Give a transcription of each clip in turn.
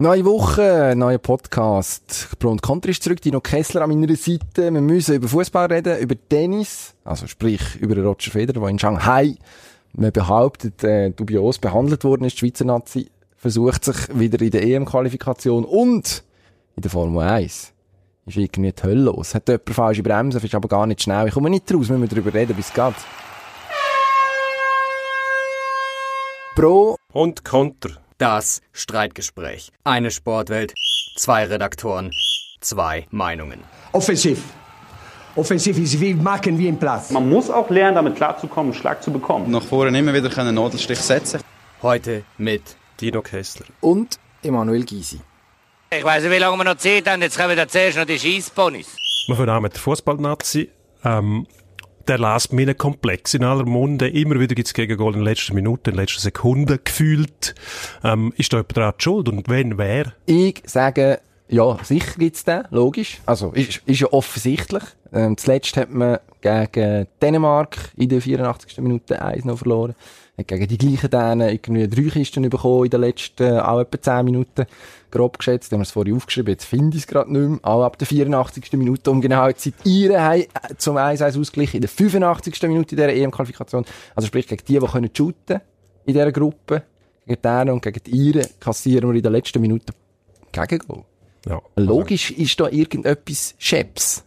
Neue Woche, neuer Podcast. Pro und Contra ist zurück. Dino Kessler an meiner Seite. Wir müssen über Fußball reden, über Tennis, also sprich über Roger Federer, der in Shanghai, man behauptet, äh, dubios behandelt worden ist. Die Schweizer Nazi versucht sich wieder in der EM-Qualifikation und in der Formel 1. Ist irgendwie die Hölle los. Hat jemand falsche Bremse, ist aber gar nicht schnell. Ich komme nicht raus, müssen wir darüber reden, bis es geht. Pro und Konter. Das Streitgespräch. Eine Sportwelt, zwei Redaktoren, zwei Meinungen. Offensiv. Offensiv ist wie machen wie im Platz. Man muss auch lernen, damit klarzukommen, einen Schlag zu bekommen. Nach vorne immer wieder einen Nadelstich setzen. Heute mit Dino Kessler. und Emanuel Gysi. Ich weiß nicht, wie lange wir noch Zeit haben. Jetzt kommen da zuerst noch die Scheissponys. Wir fangen an mit der Fußballnazi. Ähm, der Last-Minute-Komplex. In aller Munde. Immer wieder gibt's Gegengol in letzter Minute, in letzter Sekunde gefühlt. Ähm, ist da jemand dran die schuld? Und wenn, wer? Ich sage, ja, sicher gibt's den, logisch. Also, ist, ist ja offensichtlich. Ähm, zuletzt hat man gegen Dänemark in der 84. Minute 1 noch verloren. Hat gegen die gleichen Dänen irgendwie drei Kisten bekommen in den letzten, äh, auch etwa 10 Minuten. Grob geschätzt, haben wir es vorhin aufgeschrieben, jetzt finde ich es gerade nicht mehr. Auch ab der 84. Minute, um genau jetzt seit ihre Hei- äh, zum 1-1 ausgleichen, in der 85. Minute dieser EM-Qualifikation. Also sprich, gegen die, die können shooten in dieser Gruppe. Gegen die Dänen und gegen die Iren kassieren wir in der letzten Minute Gegengol. Ja. Logisch ist da irgendetwas Scheps.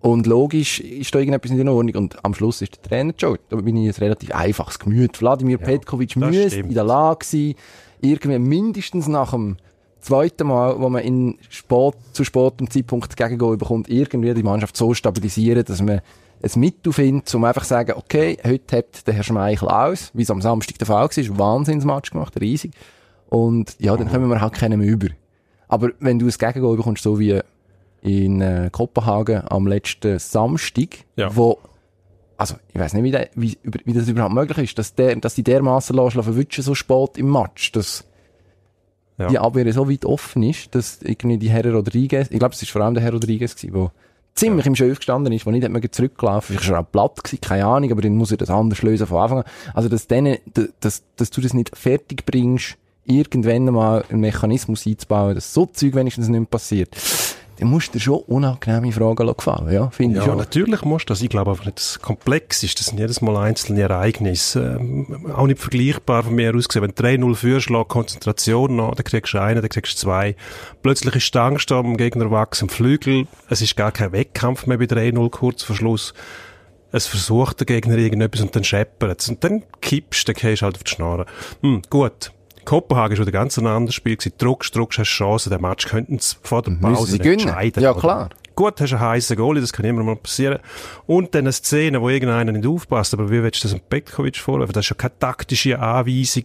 Und logisch ist da irgendetwas nicht in Ordnung. Und am Schluss ist der Trainer schuld. Da bin ich jetzt relativ einfaches Gemüt. Wladimir Petkovic das müsste stimmt. in der Lage sein, irgendwie mindestens nach dem zweiten Mal, wo man in spät, zu spätem Zeitpunkt gegengehen bekommt, irgendwie die Mannschaft so stabilisieren, dass man ein Mittel findet, um einfach zu sagen, okay, heute hebt der Herr Schmeichel aus, wie es am Samstag der Fall war, Wahnsinnsmatch gemacht, riesig. Und ja, dann kommen wir halt keinen mehr über. Aber wenn du ein Gegengol bekommst, so wie in äh, Kopenhagen am letzten Samstag, Ja. wo also ich weiß nicht, wie, der, wie, über- wie das überhaupt möglich ist, dass, der, dass die dermaßen verwischen so spät im Match, dass Ja. die Abwehr so weit offen ist, dass irgendwie die Herr Rodriguez, ich glaube, es ist vor allem der Herr Rodriguez gewesen, der ziemlich im Schiff gestanden ist, wo nicht hat mögen zurückgelaufen, ist er auch platt gewesen, keine Ahnung, aber dann muss er das anders lösen von Anfang an. Also, dass denen, d- dass, dass du das nicht fertig bringst, irgendwann mal einen Mechanismus einzubauen, dass so Zeug wenigstens nicht mehr passiert, dann musst du dir schon unangenehme Fragen lassen gefallen, ja, finde Ja, ich schon. natürlich musst du das. Ich glaube einfach nicht, dass es komplex ist. Das sind jedes Mal einzelne Ereignisse. Ähm, auch nicht vergleichbar von mir aus gesehen. Wenn du 3-0 führst, schlag Konzentration noch, dann kriegst du einen, dann kriegst du zwei. Plötzlich ist die Angst am Gegner wachsen am Flügel. Es ist gar kein Wettkampf mehr bei 3-0 kurz vor Schluss. Es versucht der Gegner irgendetwas und dann scheppert Und dann kippst du, dann gehst du halt auf die Schnorren. Hm, gut. Kopenhagen war wieder ganz ein anderes Spiel. gewesen. Druckst, druckst, hast Chancen. Der Match könnten sie vor der Müssen Pause sie gewinnen. entscheiden. Ja, oder? klar. Gut, hast einen heißen Goalie, das kann immer mal passieren. Und dann eine Szene, wo irgendeiner nicht aufpasst. Aber wie willst du das dem Petkovic vorwerfen? Das ist ja keine taktische Anweisung.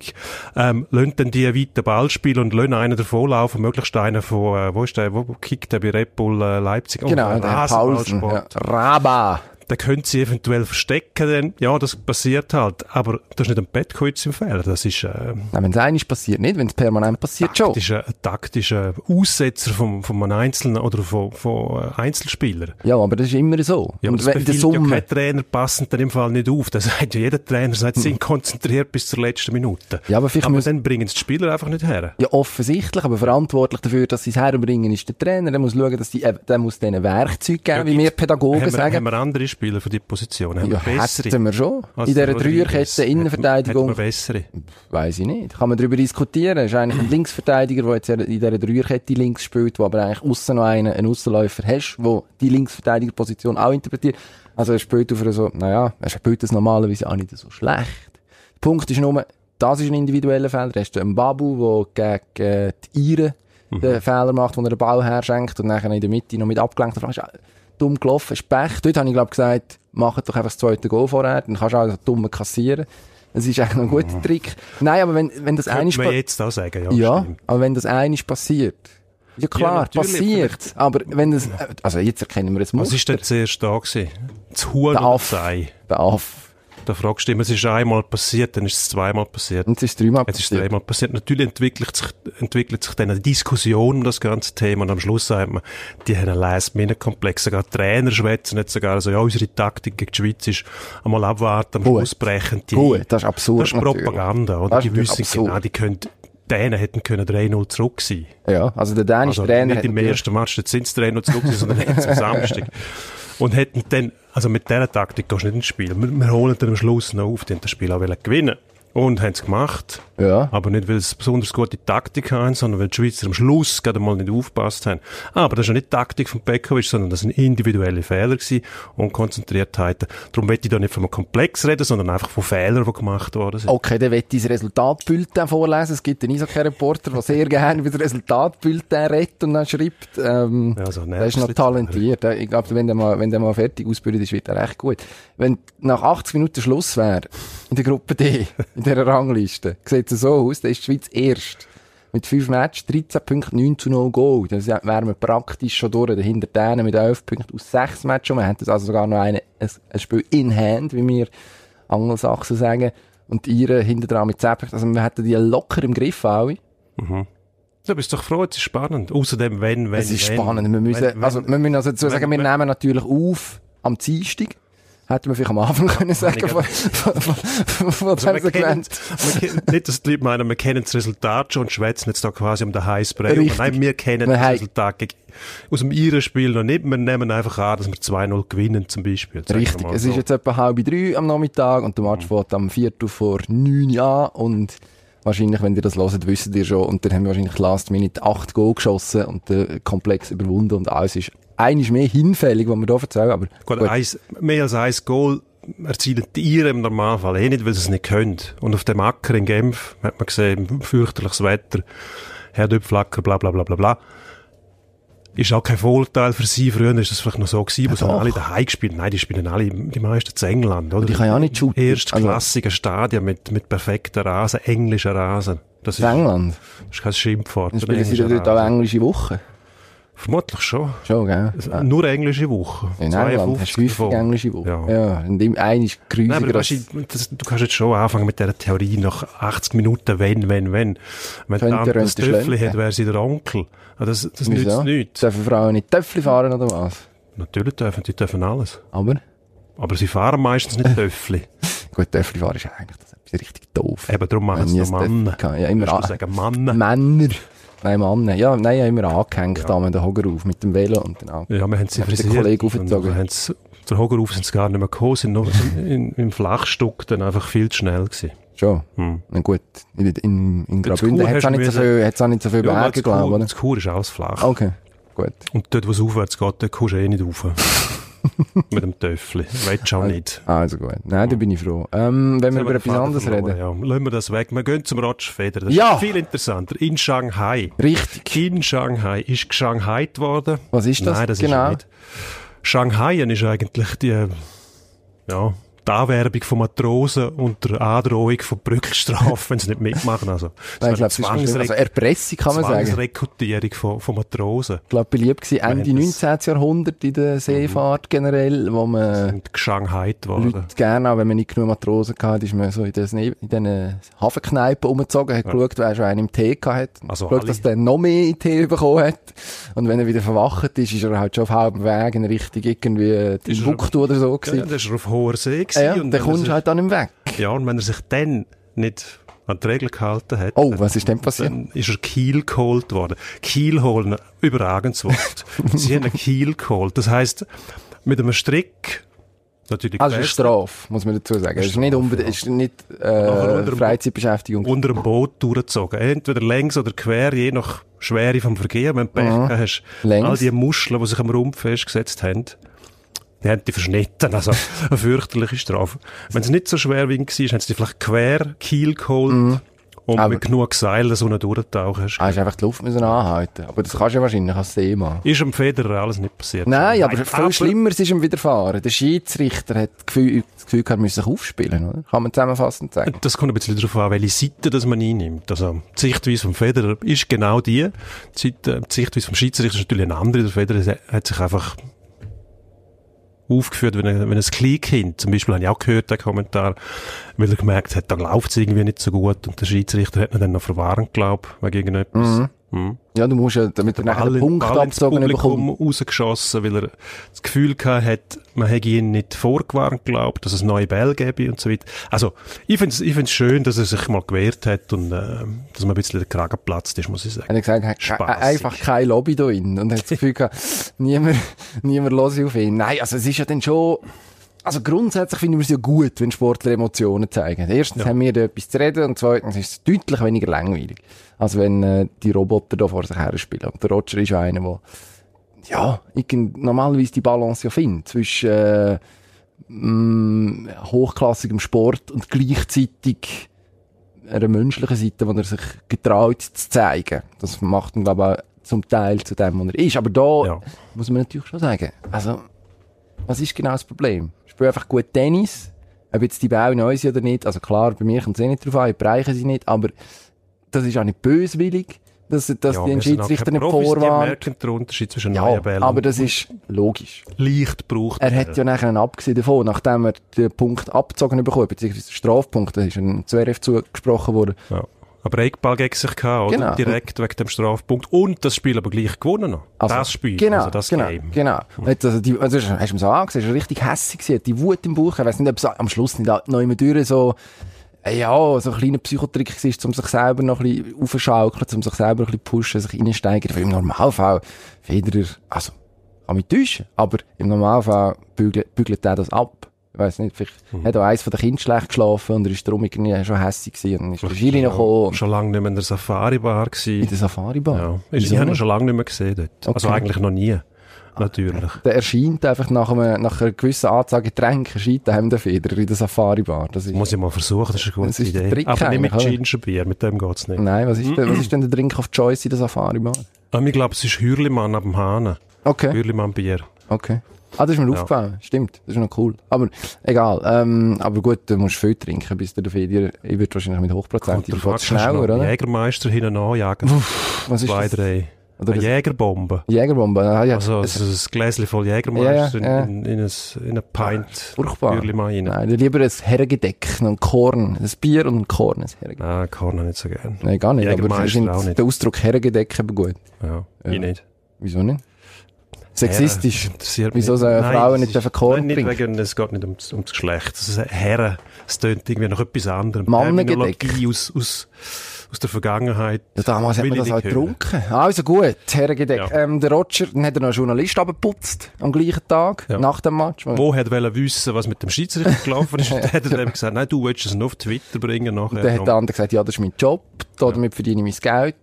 Ähm, lönt dann die weiter Ball spielen und lönt einen davonlaufen. Möglichst einen von, äh, wo ist der, wo kickt der bei Red Bull äh, Leipzig? Oh, Genau, der Herr Paulsen, Rasenballsport ja. Raba. dann können sie eventuell verstecken, denn ja, das passiert halt. Aber das ist nicht ein Petkovic im Fehler, das ist, äh, Nein, wenn es einmal passiert, nicht. Wenn es permanent passiert, schon. das ist ein, ein taktischer Aussetzer von, von einem Einzelnen oder von, von äh, Einzelspielern. Ja, aber das ist immer so. Ja, aber das wenn in der befiehlt ja Summe, kein Trainer passend dann im Fall nicht auf. Das sagt ja jeder Trainer, sagt, sie sind konzentriert bis zur letzten Minute. Hm. Ja, aber vielleicht aber muss- dann bringen es die Spieler einfach nicht her. ja offensichtlich, aber verantwortlich dafür, dass sie es herbringen, ist der Trainer. Der muss schauen, dass die, äh, der muss denen Werkzeug geben, wie wir Pädagogen haben wir, Haben sagen. wir andere Spieler für die Position? Haben ja, wir bessere? hätten wir schon. als In dieser Rodriguez? Dreierkette Hätten- Innenverteidigung. Hätten wir bessere. Weiß ich nicht. Kann man darüber diskutieren. Ist eigentlich ein Linksverteidiger, der jetzt in dieser Dreierkette links spielt, wo aber eigentlich aussen noch einen, einen Aussenläufer hast, wo die Linksverteidigerposition auch interpretiert. Also er spielt auf einer so, naja, er spielt das normalerweise auch nicht so schlecht. Der Punkt ist nur, das ist ein individueller Fehler. Da hast du einen Babu, der gegen äh, die Iren Mhm. den Fehler macht, wo er den Ball herschenkt und nachher in der Mitte noch mit abgelenkter Flanke. Ist auch Dumm gelaufen, ist Pech. Dort habe ich, glaube gesagt, mach doch einfach das zweite Goal vorher, dann kannst du auch so dumm kassieren. Das ist eigentlich noch ein guter Trick. Nein, aber wenn, wenn das Mhm. Könnte eine man jetzt auch sagen, ja, ja, stimmt. aber wenn das einisch passiert. Ja klar, natürlich, passiert. Aber wenn das, also jetzt erkennen wir es Was Muster. ist denn zuerst da gewesen? Das Huhn Der oder Affe. das Ei? Der Aff. Da fragst du immer, es ist einmal passiert, dann ist es zweimal passiert. Und es ist dreimal Jetzt ist es passiert. dreimal passiert. Natürlich entwickelt sich, entwickelt sich dann eine Diskussion um das ganze Thema und am Schluss sagt man, die haben einen Last-Minute-Komplex. Sogar Trainer schwätzen jetzt sogar so, ja, unsere Taktik gegen die Schweiz ist einmal abwarten, am Gut. Schluss brechen die. Gut, das ist absurd Das ist Propaganda, natürlich. oder? Das die ist natürlich wissen absurd. genau, die können Dänen hätten können 3-0 zurück sein. Ja, also der dänische Also Trainer. nicht hat im natürlich- ersten Match, jetzt sind es 3-0 zurück, gewesen, sondern jetzt am Samstag. Und hätten dann, also mit dieser Taktik gehst du nicht ins Spiel. Wir, wir holen dann am Schluss noch auf, die haben das Spiel auch wollen gewinnen Und haben es gemacht. Ja. Aber nicht, weil sie besonders gute Taktik haben, sondern weil die Schweizer am Schluss gerade mal nicht aufgepasst haben. Aber das ist ja nicht die Taktik von Bekovic, sondern das sind individuelle Fehler gewesen und Konzentriertheiten. Darum will ich da nicht von einem Komplex reden, sondern einfach von Fehlern, die gemacht worden sind. Okay, dann will ich das Resultatbulletin vorlesen. Es gibt einen Eishockey-Reporter, der sehr gerne über das Resultatbulletin redet und dann schreibt, ähm, Ja, also so ein der ist noch Nervslied- talentiert. Ich glaube, wenn der mal, wenn der mal fertig ausgebildet ist, wird er echt gut. Wenn nach 80 Minuten Schluss wäre, in der Gruppe D, in dieser Rangliste, sieht es so aus, dann ist die Schweiz erst. Mit 5 Matches, 13 Punkte, 9 zu 0 Goal. Dann sind- wären wir praktisch schon durch. Dahinter denen mit 11 Punkten aus 6 Matches. Und wir hätten also sogar noch eine, ein, ein Spiel in Hand, wie wir Angelsachsen sagen. Und ihre hinter dran mit 10 Punkten. Also wir hätten die locker im Griff alle. Du bist doch froh, es ist spannend. Außerdem, wenn, wenn, Es ist wenn, spannend. Wir müssen, wenn, wenn- also, wir müssen also dazu sagen, wir wenn- nehmen natürlich auf am Dienstag. Hätten wir vielleicht am Anfang können sagen ich von, von, von, von Also diesem wir kennen, Segment. wir kennen, nicht, dass die Leute meinen, wir kennen das Resultat schon und schwätzen jetzt da quasi um den heißen Brei. Richtig. Nein, wir kennen Wir das haben- Resultat geg- aus dem Iren-Spiel noch nicht. Wir nehmen einfach an, dass wir 2-0 gewinnen zum Beispiel. Sagen wir Richtig. mal Es so. Mhm. ist jetzt etwa halb drei am Nachmittag und der Match fährt am Viertel vor neun an und wahrscheinlich, wenn ihr das hört, wisst ihr schon. Und dann haben wir wahrscheinlich Last Minute acht Goal geschossen und den Komplex überwunden und alles ist einiges mehr hinfällig, was wir da erzählen, aber Gut, gut. Eins, mehr als ein Goal erzielen die Iren im Normalfall eh nicht, weil sie es nicht können. Und auf dem Acker in Genf hat man gesehen, fürchterliches Wetter, Herdöpflacker, bla bla bla bla bla. Ist auch kein Vorteil für sie. Früher ist das vielleicht noch so gewesen, wo sie haben alle daheim gespielt. Nein, die spielen alle, die meisten zu England, oder? die können ja nicht shooten. Also Erstklassige Stadien mit, mit perfekter Rasen, englischer Rasen. Das ist, in England. das ist kein Schimpfwort. Dann spielen sie englischer dort Rasen. auch englische Woche. Vermutlich schon. Schon, gell? Ja. Nur englische Woche. In England hast du 52 häufig davon. englische Woche. Ja. Ja. und im einen ist grüsiger Nein, aber du, als- weißt, das, du kannst jetzt schon anfangen mit dieser Theorie nach 80 Minuten, wenn, wenn, wenn. Wenn Könnte, der andere das könnte, Töffel schlenken. hat, wäre sie der Onkel. Ah, Das, das Wieso? nützt nichts. Dürfen Frauen nicht Töpfchen fahren oder was? Natürlich dürfen die dürfen alles. Aber, Aber sie fahren meistens nicht Töffli. gut, Töpfchen fahren ist eigentlich das ist etwas richtig doof. Eben darum machen Wenn es ich noch ein Töffel Männer. kann. Ja, immer Würdest du an- sagen, Männer. Männer. Nein, Männer. Ja, nein, ja, immer angehängt da mit den Hocker auf, mit dem Velo und den Augen. Ja, wir haben sie Hat der frisiert. Kollege aufgezogen. und haben sie- Der Hogerauf sind sie gar nicht mehr gekommen, sind noch in, in, im Flachstück dann einfach viel zu schnell gewesen. Schon. Na gut, in, in, in Graubünden Chur hat es auch, hast du nicht so müssen- viel- hat's auch nicht so viel weil Berge, das Chur- glaube ich, das Chur ist alles flach. oder? Okay, gut. Und dort, wo es aufwärts geht, da kommst du eh nicht rauf. Mit dem Töffli. Willst du auch nicht. Also gut. Nein, da bin ich froh. Ähm, wenn wir über etwas anderes reden. Ja, lassen wir das weg. Wir gehen zum Roger Federer. Das Ja! ist viel interessanter. In Shanghai. Richtig. In Shanghai ist geshanghait worden. Was ist das Nein, das genau? ist nicht. Shanghai ist eigentlich die, äh, ja, die Anwerbung von Matrosen und der Androhung von Brückelstrafe, wenn sie nicht mitmachen. Also, Nein, ich glaube, war es ist bestimmt- also Zwangsrek- Erpressung kann man sagen. Zwangsrekrutierung von, von Matrosen. Ich glaube, beliebt gewesen Ende haben das- Mhm. 19. Jahrhundert in der Seefahrt generell, wo man Und geshanghait worden. Leute gerne, auch wenn man nicht genug Matrosen hatte, ist man so in diesen, in diesen Hafenkneipen umgezogen, hat geschaut, wer schon einen im Tee gehabt hat, Also alle. geschaut, dass der noch mehr in Tee bekommen hat. Und wenn er wieder verwacht ist, ist er halt schon auf halbem Weg in Richtung irgendwie Ist er- Timbuktu oder so Ja, gewesen. das war auf hoher See. Ja, gewesen. ja, Und dann wenn er kommst sich- du halt dann nicht mehr weg. Ja, und wenn er sich dann nicht an die Regeln gehalten hat, Oh, was ist denn passiert? dann ist er Kiel geholt worden. Kiel holen, überragendes Wort. Sie haben ihn Kiel geholt. Das heisst, mit einem Strick, natürlich Also es ist gefesselt, Straf, muss man dazu sagen. Es ist nicht unbedingt, es ist nicht, äh, unter dem- Freizeitbeschäftigung. unter dem Boot durchgezogen. Entweder längs oder quer, je nach Schwere vom Vergehen. Wenn du Pech gehabt hast, Mhm. Längs. all die Muscheln, die sich am Rumpf festgesetzt haben, die haben die verschnitten. Also eine fürchterliche Strafe. Wenn es nicht so schwerwiegend war, haben sie die vielleicht quer Kiel geholt. Und Mhm. Aber- mit genug Seil, dass du unten durchtauchen hast. Ah, hast einfach die Luft müssen anhalten. Aber das kannst du ja wahrscheinlich als Seemann. Ist am Federer alles nicht passiert. Nein, aber ah, viel Schlimmeres ist ihm widerfahren. Der Schiedsrichter hat das Gefühl, das Gefühl gehabt, er müsse sich aufspielen, oder? Kann man zusammenfassend sagen. Das kommt ein bisschen darauf an, welche Seite das man einnimmt. Also, die Sichtweise vom Federer ist genau die. Die, Seite, die Sichtweise vom Schiedsrichter ist natürlich eine andere. Der Federer hat sich einfach aufgeführt, wenn, ein- wenn ein Kleinkind, zum Beispiel habe ich auch gehört, den Kommentar, weil er gemerkt hat, da läuft es irgendwie nicht so gut und der Schiedsrichter hat ihn dann noch verwarnt, glaube ich, wegen irgendetwas. Ja, du musst ja, damit du nachher Ball einen in- Punkt Ball ins abzogen Publikum bekommst. rausgeschossen, weil er das Gefühl gehabt hat, man hätte ihn nicht vorgewarnt geglaubt, dass es neue Bälle gäbe und so weiter. Also, ich finde es ich find's schön, dass er sich mal gewehrt hat und äh, dass man ein bisschen der Kragen platzt ist, muss ich Er sagen. hat gesagt, er hat ke- Spassig. einfach kein Lobby da drin. Und er hat das Gefühl gehabt, niemand, niemand höre auf ihn. Nein, also es ist ja dann schon, also grundsätzlich finden wir es ja gut, wenn Sportler Emotionen zeigen. Erstens haben wir da etwas zu reden und zweitens ist es deutlich weniger langweilig, als wenn äh, die Roboter da vor sich her spielen. Und der Roger ist ja einer, der, ja, irgend, normalerweise die Balance ja findet zwischen, äh, mh, hochklassigem Sport und gleichzeitig einer menschlichen Seite, die er sich getraut zu zeigen. Das macht ihn, glaube ich, auch zum Teil zu dem, was er ist. Aber da Ja. muss man natürlich schon sagen, also, was ist genau das Problem? Spiel einfach gut Tennis, ob jetzt die Bälle neu sind oder nicht. Also klar, bei mir kommt es eh nicht drauf an, ich bereiche sie nicht, aber das ist auch nicht böswillig, dass, dass die wir den sind auch Schiedsrichter keine nicht Profis, Die vorwarnt. merken den Unterschied zwischen Ja, neuen Bällen aber und das ist logisch. leicht gebraucht. Er hat ja nachher einen abgesehen davon, nachdem er den Punkt abgezogen bekommen hat, beziehungsweise den Strafpunkt, da ist ein Zwerf zugesprochen worden. ja. Aber Eckball gegen sich gehabt, oder? Genau. Direkt wegen dem Strafpunkt. Und das Spiel aber gleich gewonnen noch. das Spiel, genau, also das genau, Game. Genau. Jetzt, also die, also, hast du ihm so angesehen, er war richtig hässig, gewesen, hat die Wut im Bauch. Ich weiß nicht, ob es am Schluss nicht auch noch immer durch so, äh, ja, so ein kleiner Psychotrick war, um sich selber noch ein bisschen aufzuschaukeln, um sich selber ein bisschen pushen, sich reinsteigern. Weil im Normalfall, Federer, also, kann mich täuschen, aber im Normalfall bügelt, bügelt er das ab. Ich weiss nicht, vielleicht Mhm. hat auch eins von den Kindern schlecht geschlafen und er ist darum irgendwie schon hässig gewesen. Und dann ist der Schiri noch gekommen und Schon lange nicht mehr in der Safari-Bar in gewesen. der Safari-Bar. Ja, ich Wieso habe ihn nicht? schon lange nicht mehr gesehen dort. Okay. Also Ah. eigentlich noch nie. Natürlich. der erscheint einfach nach, einem, nach einer gewissen Anzahl Getränke, erscheint einem der Feder in der Safari-Bar. Das ist, Muss ich mal versuchen, das ist eine gute Das ist der Idee. Trick Aber nicht mit eigentlich, oder? Hm. Gingerbier, mit dem geht's nicht. nein, was ist, denn, was ist denn der Drink of Choice in der Safari-Bar? Ähm, ich glaube, es ist Hürlimann ab dem Hahn. Okay, Hürlimann-Bier. okay. Ah, das ist mir aufgefallen. Stimmt, das ist noch cool. Aber egal. Ähm, aber gut, du musst viel trinken, bis der Feder, ich würde wahrscheinlich mit Hochprozentig, du fährst schneller, oder? Jägermeister hinten anjagen. was ist Zwei, das? drei. Oder Eine das- Jägerbombe. Jägerbombe. Ah, ja, Also das es ist ein Gläschen voll Jägermeister Ja, ja, In, in, in, ein, in ein Pint furchtbar. Hürlimann rein. Nein, lieber ein Herrengedeck, noch ein Korn, ein Bier und ein Korn, ein Herrengedeck. Nein, Korn habe ich nicht so gern. Nein, gar nicht, aber Jägermeister ich finde auch nicht. den Ausdruck Herrengedeck aber gut. Ja, ich nicht. Wieso nicht? Sexistisch. Herren interessiert Wieso mich sollen Nein, Frauen es nicht ist- dürfen Korn Nein, nicht trinken? wegen, es geht nicht ums, ums Geschlecht. Es ist ein Herren, es tönt irgendwie nach etwas anderem. Mannengedeck. Terminologie aus, aus, aus der Vergangenheit. Ja, damals hat will man ich das nicht halt hören. getrunken. Also gut, hergedeckt. Ja. Ähm, der Roger, dann hat er noch einen Journalist abgeputzt, am gleichen Tag, Ja. nach dem Match. Und Wo hat wollen wissen, was mit dem Schiedsrichter gelaufen ist, und dann hat er dem gesagt, nein, du willst es nur auf Twitter bringen nachher. Dann hat der andere gesagt, ja, das ist mein Job, damit verdiene ich mein Geld,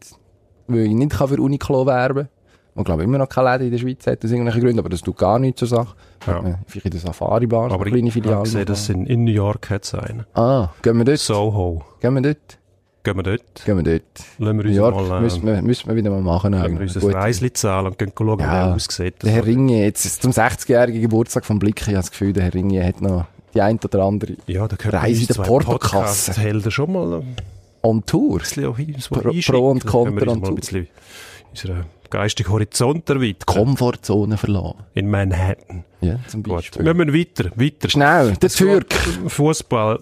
weil ich nicht kann für Uniqlo werben kann. Man glaube ich, immer noch keine Läden in der Schweiz hat, aus irgendwelchen Gründen, aber das tut gar nichts zur Sache. Ja. Äh, Vielleicht in der Safari-Bar, so aber eine kleine ich Filiale. habe gesehen, dass in, in New York hat es einen. Ah, gehen wir dort? Soho. Gehen wir dort? Gehen wir dort, Gehen wir dort? lassen wir uns Ja, mal äh, müssen wir, müssen wir wieder mal machen. lassen wir eigentlich. uns ein Gut. Reisli zahlen und gehen schauen, wie der aussieht. Ah. Der Herr Ringe, jetzt zum 60-jährigen Geburtstag vom Blick, ich habe das Gefühl, der Herr Ringe hat noch die ein oder andere ja, da gehört Reis in der Portokasse. hält er schon mal ein on Tour. bisschen auch hin. so Pro- Pro hinschicken. und Dann können Contra wir uns und mal so. ein bisschen unseren geistigen Horizont erweitern. Komfortzone verloren. In Manhattan. Ja, zum Gut. Beispiel. Wir müssen weiter, weiter. Schnell, der Türk. Fußball.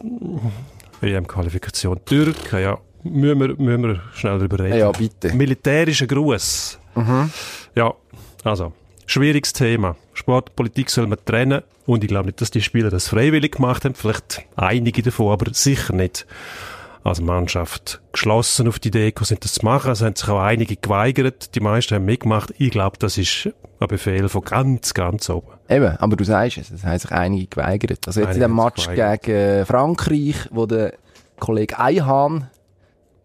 EM-Qualifikation. Türken, ja. Müssen wir, müssen wir schnell darüber reden. Ja, bitte. Mhm. Militärischer Gruß. Ja, also. Schwieriges Thema. Sport und Politik soll man trennen. Und ich glaube nicht, dass die Spieler das freiwillig gemacht haben. Vielleicht einige davon, aber sicher nicht. Als Mannschaft geschlossen auf die Deko sind das zu machen. Es haben sich auch einige geweigert. Die meisten haben mitgemacht. Ich glaube, das ist ein Befehl von ganz, ganz oben. Eben, aber du sagst es, es haben sich einige geweigert. Also jetzt Einige in dem haben Match sich geweigert. gegen äh, Frankreich, wo der Kollege Eihahn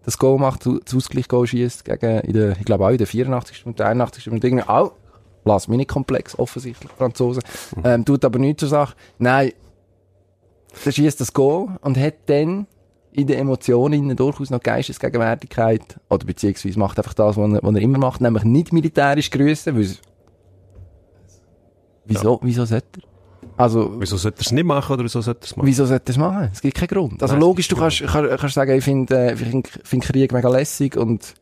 das Goal macht, zu- das Ausgleichsgoal schießt, gegen, in der, ich glaube auch in der 84. und der 81. und irgendwie auch Last Mini Komplex, offensichtlich, Franzosen. Hm. Ähm, tut aber nichts zur Sache. Nein, der schießt das Goal und hat dann in den Emotionen durchaus noch Geistesgegenwärtigkeit oder beziehungsweise macht einfach das, was er, was er immer macht, nämlich nicht militärisch grüßen, weil es- Wieso, wieso sollte er? Also, Wieso sollte er es nicht machen oder wieso sollte er es machen? wieso sollte er es machen? Es gibt keinen Grund. Also Nein, logisch, es du gibt kannst, kannst, kannst sagen, ich finde äh, ich find, find Krieg mega lässig und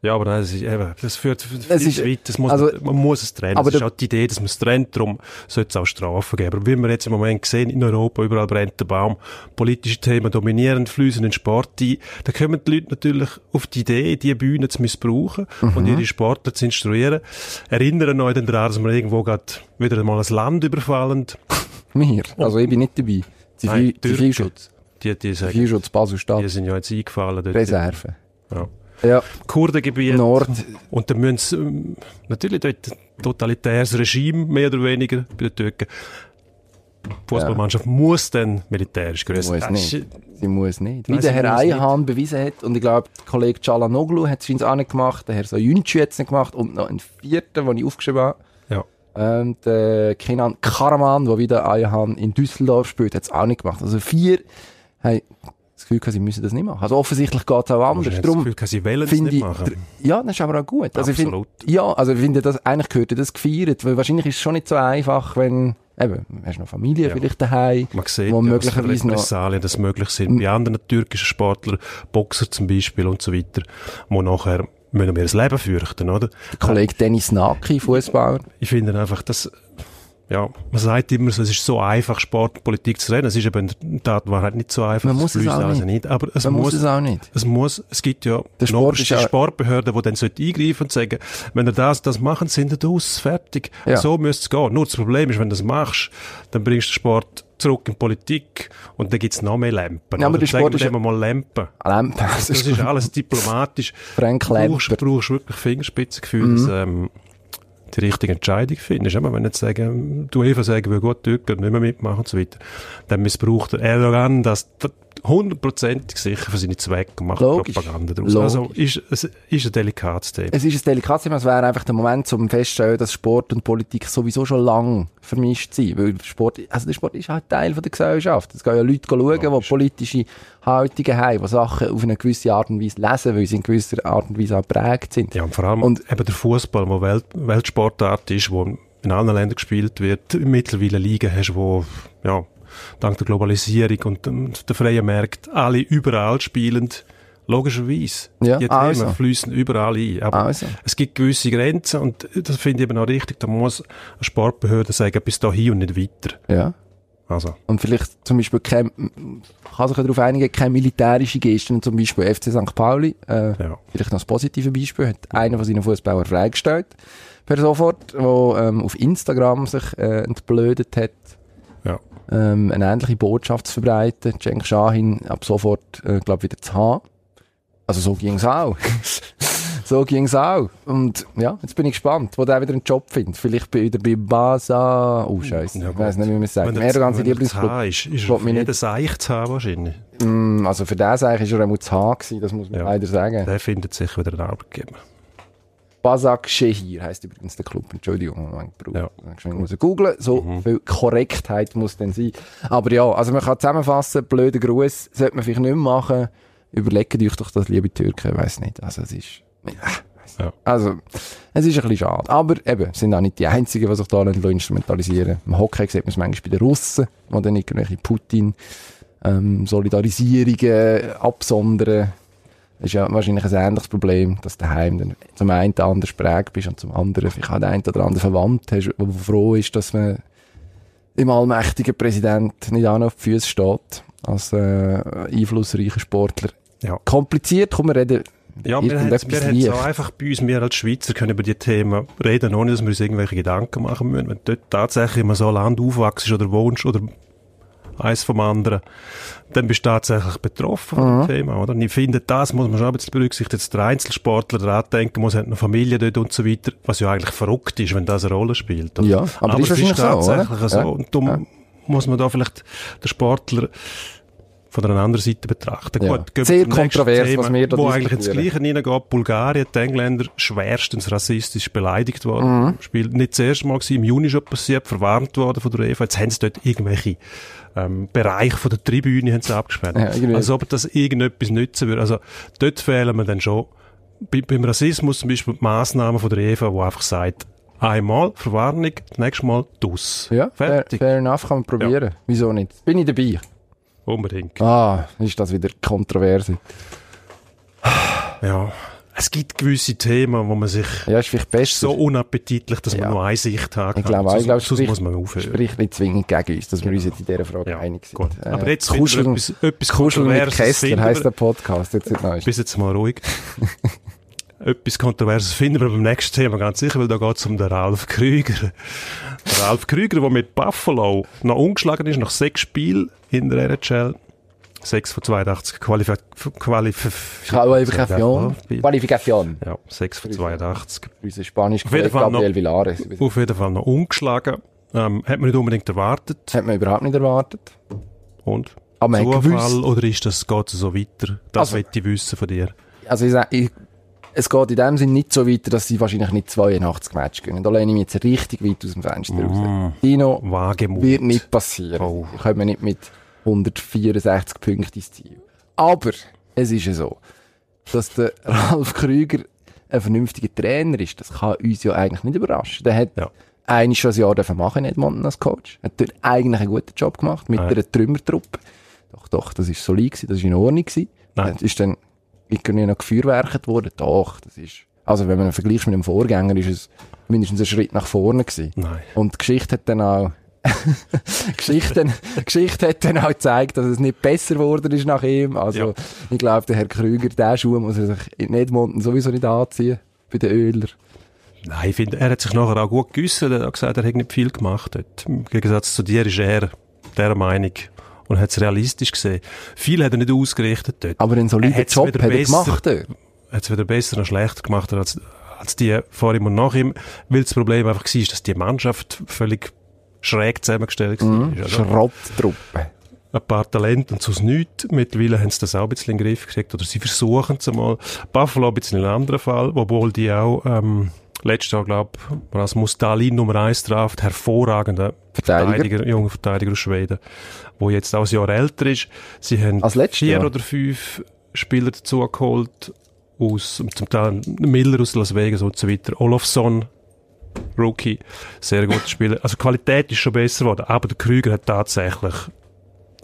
Ja, aber nein, das, ist, eben, das führt Es das ist- ist, weit. Das muss, also- man muss es trennen. aber Aber das ist der- auch die Idee, dass man es trennt. Darum sollte es auch Strafen geben. Aber wie wir jetzt im Moment sehen, in Europa, überall brennt der Baum. Politische Themen dominieren, fließen in den Sport ein. Da kommen die Leute natürlich auf die Idee, diese Bühne zu missbrauchen und Mhm. ihre Sportler zu instruieren. Erinnern euch dann daran, dass wir irgendwo gerade wieder einmal ein Land überfallen. Mir. Also ich bin nicht dabei. Zivil, Türken. Zivilschutz. Die, die, sagen, Zivilschutz die Basel-Stadt. sind ja jetzt eingefallen. Dort. Reserve. Ja. Ja. Kurdengebiet. Nord. Und dann müssen sie, ähm, natürlich dort ein totalitäres Regime, mehr oder weniger, bei den Türken. Die Fußballmannschaft muss dann militärisch größer Muss nicht. Sie muss nicht. Wie Nein, der sie Herr muss nicht. Eihan bewiesen hat, und ich glaube, der Kollege Calanoglu hat es scheinbar auch nicht gemacht, der Herr Soyuncu hat es nicht gemacht, und noch ein vierter, den ich aufgeschrieben habe, Ja. ähm, der Kenan Karaman, der wieder Eihan in Düsseldorf spielt, hat es auch nicht gemacht. Also vier haben das Gefühl gehabt, sie müssen das nicht machen. Also offensichtlich geht es auch Ich anders. habe das Drum Gefühl, gehabt, sie wollen es finde nicht ich, machen. ja, das ist aber auch gut. Also ich finde, Absolut. ja, also ich finde, das, eigentlich gehört ja das gefeiert, weil wahrscheinlich ist es schon nicht so einfach, wenn, eben, hast noch Familie Ja. vielleicht daheim, Man sieht, wo ja, was möglicherweise für noch, Hm. Repressalien das möglich sind. Bei anderen türkischen Sportlern, Boxer zum Beispiel und so weiter, wo nachher müssen wir das Leben fürchten, oder? Kollege Dennis Naki, Fußballer. Ich finde einfach, dass ja, man sagt immer so, es ist so einfach, Sport und Politik zu reden. Es ist eben in der Tat Wahrheit nicht so einfach. Man muss es fließt auch alles nicht. Aber es Man muss muss, es auch nicht. Es muss, es gibt ja Der eine Sport oberste ist ja- Sportbehörde, die dann sollte eingreifen und sagen, wenn ihr das, das machen, sind ihr aus, fertig. Ja. So müsste es gehen. Nur das Problem ist, wenn du das machst, dann bringst du den Sport zurück in die Politik und dann gibt es noch mehr Lampen. Ja, aber Oder? der Sagen Sport wir ist ja- dem mal Lampen. Lampen. Das Das ist ist alles diplomatisch. Frank Mhm. du brauchst, Lamper. brauchst wirklich Fingerspitzengefühl, dass ähm, die richtige Entscheidung findest. Aber wenn jetzt sagen, du Eva sagen, wir gut Türken nicht mehr mitmachen und so weiter, dann missbraucht der Erdogan das t- hundertprozentig sicher für seine Zwecke und macht Logisch. Propaganda daraus. Logisch. Also ist, es ist ein delikates Thema. es ist ein delikates Thema, es wäre einfach der Moment, um festzustellen, dass Sport und Politik sowieso schon lang vermischt sind. Weil Sport, also der Sport ist halt Teil von der Gesellschaft. Es gehen ja Leute schauen, die politische Haltungen haben, die Sachen auf eine gewisse Art und Weise lesen, weil sie in gewisser Art und Weise auch geprägt sind. Ja, und vor allem Und- eben der Fußball, der Welt, Weltsportart ist, wo in allen Ländern gespielt wird, mittlerweile Ligen hast, wo, ja, dank der Globalisierung und dem, der freien Märkte alle überall spielend, logischerweise. Ja, die Themen also. fließen überall ein. Aber Also. es gibt gewisse Grenzen und das finde ich eben auch richtig. Da muss eine Sportbehörde sagen, bis dahin und nicht weiter. Ja. Also, Und vielleicht zum Beispiel kein, kann sich ja darauf einigen, keine militärische Gesten, zum Beispiel FC St. Pauli, äh, ja. vielleicht noch das positive Beispiel, hat einer von seinen Fußballern freigestellt, per sofort, wo ähm, auf Instagram sich äh, entblödet hat, Ja. ähm, eine ähnliche Botschaft zu verbreiten, Cenk Shahin ab sofort, äh, glaube wieder zu haben. Also so ging's auch. so ging's auch. Und ja, jetzt bin ich gespannt, wo der wieder einen Job findet. Vielleicht bei- wieder bei Basa. Oh, scheiße. Ja, ich gut. weiß nicht, wie man es sagt. Wenn er- Erdogan sein wenn er zu Lieblingsclub. haben ist, ist will mich er auf jeden Seich zu haben wahrscheinlich. Mm, Also für den sage ich, ist er einmal zu haben gewesen, das muss man Ja. leider sagen. Der findet sich wieder einen Arbeitgeber. Basak Shehir heisst übrigens der Club. Entschuldigung, man Ja. Mhm. braucht ja. muss ich googeln. So viel Korrektheit muss denn sein. Aber ja, also man kann zusammenfassen, blöder Gruß sollte man vielleicht nicht mehr machen. Überlegt euch doch das, liebe Türken, weiß nicht. Also es ist, ja, weiss nicht. Ja. also es ist ein bisschen schade. Aber eben, es sind auch nicht die Einzigen, die sich da nicht instrumentalisieren. lassen. Im Hockey sieht man es manchmal bei den Russen, die dann irgendwelche Putin ähm, Solidarisierungen absondern. Das ist ja wahrscheinlich ein ähnliches Problem, dass du daheim dann zum einen anders prägt bist und zum anderen vielleicht auch den einen oder anderen Verwandten hast, der froh ist, dass man im allmächtigen Präsident nicht auch noch auf die Füße steht, als äh, einflussreicher Sportler. Ja. Kompliziert, komm, wir reden Ja, wir haben irgendetwas es auch leicht. einfach bei uns, wir als Schweizer können über die Themen reden, ohne dass wir uns irgendwelche Gedanken machen müssen. Wenn du dort tatsächlich immer so Land aufwachst oder wohnst oder eins vom anderen, dann bist du tatsächlich betroffen von dem Mhm. Thema, oder? Und ich finde, das muss man schon ein bisschen berücksichtigen, dass der Einzelsportler daran denken muss, hat eine Familie dort und so weiter, was ja eigentlich verrückt ist, wenn das eine Rolle spielt. Oder? Ja, aber ist es wahrscheinlich so, oder? tatsächlich so. Ja. Und darum Ja. muss man da vielleicht den Sportler von einer anderen Seite betrachten. Ja. Gut, gehen wir Sehr zum nächsten kontrovers, Thema, was wir da Wo eigentlich ins diskutieren. Gleiche hineingeht, Bulgarien, die Engländer, schwerstens rassistisch beleidigt worden. Mhm. Spiel nicht das erste Mal gewesen, im Juni schon passiert, verwarnt worden von der UEFA. Jetzt haben sie dort irgendwelche ähm, Bereiche von der Tribüne haben sie abgesperrt. Ja, irgendwie. Als ob das irgendetwas nützen würde. Also dort fehlen mir dann schon bei, beim Rassismus zum Beispiel die Massnahmen von der UEFA, die einfach sagt, einmal Verwarnung, das nächste Mal dus. Ja, fair, Fertig. fair enough, kann man probieren. Wieso nicht? Bin ich dabei? Unbedingt. Ah, ist das wieder kontrovers. Ja. es gibt gewisse Themen, wo man sich Ja, ist vielleicht besser. so unappetitlich, dass Ja. man nur eine Sicht hat. ich glaube auch, ich glaube, es sonst spricht, muss man aufhören. Genau. spricht nicht zwingend gegen uns, dass wir uns jetzt in dieser Frage Ja, einig sind. gut. Äh, Aber jetzt wieder Kuscheln, etwas- etwas Kuscheln mit Kontroverses Kessler finden heisst der wir- Podcast. Jetzt nicht neues. Bis jetzt mal ruhig. Etwas Kontroverses finden wir beim nächsten Thema ganz sicher, weil da geht es um den Ralf Krüger. Der Ralf Krüger, der mit Buffalo noch ungeschlagen ist, nach sechs Spielen in der NHL. Sechs von 82 Qualif Qualif Qualifikation. Qualifikation. Ja, sechs von 82. Unser Spanisch jeden Kollege Fall noch- Gabriel Villares. Auf jeden Fall noch ungeschlagen. Ähm, hat man nicht unbedingt erwartet. Hat man überhaupt nicht erwartet. Und? Aber Ah, man hat gewusst. Zufall oder ist das, geht es so weiter? Das Also- will ich wissen von dir. Also ich, sag- ich, es geht in dem Sinn nicht so weiter, dass sie wahrscheinlich nicht 82 Matches gewinnen. Da lehne ich mich jetzt richtig weit aus dem Fenster raus. Mm. Dino Wagemut. wird nicht passieren. Oh. Da kommen wir nicht mit 164 Punkten ins Ziel. Aber es ist ja so, dass der Ralf Krüger ein vernünftiger Trainer ist. Das kann uns ja eigentlich nicht überraschen. Der hat Ja. eigentlich schon ein Jahr dürfen machen in Edmonton als Coach. Hat dort eigentlich einen guten Job gemacht mit Ja. einer Trümmertruppe. Doch, doch, das ist solid gewesen, das ist in Ordnung gewesen. Nein. Das ist dann irgendwie noch gefeuerwerkt worden. Doch, das ist, also wenn man ihn vergleicht mit dem Vorgänger, ist es mindestens ein Schritt nach vorne gewesen. Nein. Und die Geschichte hat dann auch, Geschichte, Geschichte hat dann auch gezeigt, dass es nicht besser geworden ist nach ihm. Also, Ja. ich glaube, der Herr Krüger, der Schuh muss er sich in Edmonton sowieso nicht anziehen. Bei den Öler. Nein, ich finde, er hat sich nachher auch gut geäussert. Er hat gesagt, er hat nicht viel gemacht. Dort. Im Gegensatz zu dir ist er der Meinung und hat es realistisch gesehen. Viel hat er nicht ausgerichtet dort. Aber einen soliden hat's Job hat wieder er besser- gemacht. dort. Hat es weder besser noch schlechter gemacht als, als die vor ihm und nach ihm, weil das Problem einfach war, dass die Mannschaft völlig schräg zusammengestellt war. Mhm. Also, Schrotttruppe. ein paar Talente und sonst nichts. Mittlerweile haben sie das auch ein bisschen in den Griff gekriegt oder sie versuchen es mal. Buffalo ein bisschen ein anderer Fall, obwohl die auch ähm, letztes Jahr, glaube ich, Rasmus Dahlin Nummer 1 draft, hervorragender Verteidiger. Verteidiger. junger Verteidiger aus Schweden, wo jetzt auch ein Jahr älter ist. Sie haben Als letztes vier Jahr? oder fünf Spieler dazugeholt, aus, zum Teil Miller aus Las Vegas und so weiter, Olofsson, Rookie, sehr guter Spieler. Also die Qualität ist schon besser geworden, aber der Krüger hat tatsächlich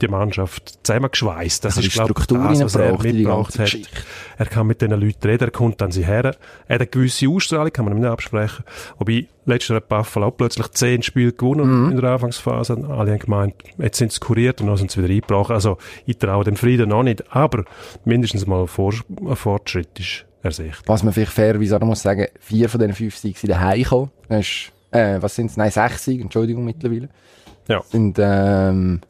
die Mannschaft zusammengeschweißt. Er Das hat ist, glaube ich, Struktur das, was er reingebracht in die mitgebracht ganze hat. Geschichte. Er kann mit diesen Leuten reden, er kommt an sie her. Er hat eine gewisse Ausstrahlung, kann man ihm nicht absprechen. Wobei, letztes Jahr hat Buffalo auch plötzlich zehn Spiele Mhm. gewonnen in der Anfangsphase. Alle haben gemeint, jetzt sind sie kuriert und dann sind sie wieder eingebrochen. Also, ich traue dem Frieden noch nicht. Aber mindestens mal ein, Vor ein Fortschritt ist ersichtlich. Was man vielleicht fairerweise auch noch muss sagen, vier von diesen fünf Siegen sind daheim gekommen. Das ist, äh, was sind's? Nein, sechs Siege, Entschuldigung, mittlerweile. Ja. Sind, ähm,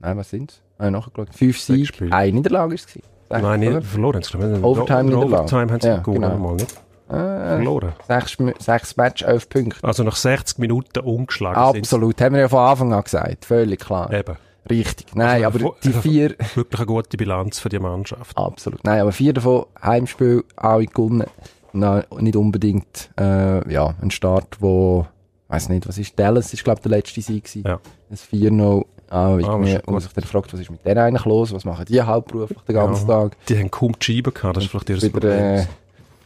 nein, was sind's? Äh, nachgeschaut. Fünf Siege, Spiele. eine Niederlage ist es. Nein, nicht verloren haben sie, glaube ich. Overtime In Niederlage. Overtime haben sie Ja, gewonnen, genau. mal nicht? Verloren. Sechs, M- sechs Match, elf Punkte. Also nach 60 Minuten umgeschlagen sind Absolut, haben wir ja von Anfang an gesagt. Völlig klar. sie. Eben. Richtig. Nein, Also, aber die also, vier, Wirklich eine gute Bilanz für die Mannschaft. absolut. Nein, aber vier davon Heimspiel, alle gewonnen. Nein, nicht unbedingt, äh, ja, ein Start, wo, weiß nicht, was ist, Dallas ist, glaube ich, der letzte Sieg gewesen. Ja. Ein 4-0. Ah, ich Ah, ah, aber mir, schon und gut. sich dann fragt, was ist mit denen eigentlich los? Was machen die hauptberuflich den ganzen Ja. Tag? Die haben kaum die Scheiben gehabt, das ist vielleicht ihr Wieder, äh, Problem.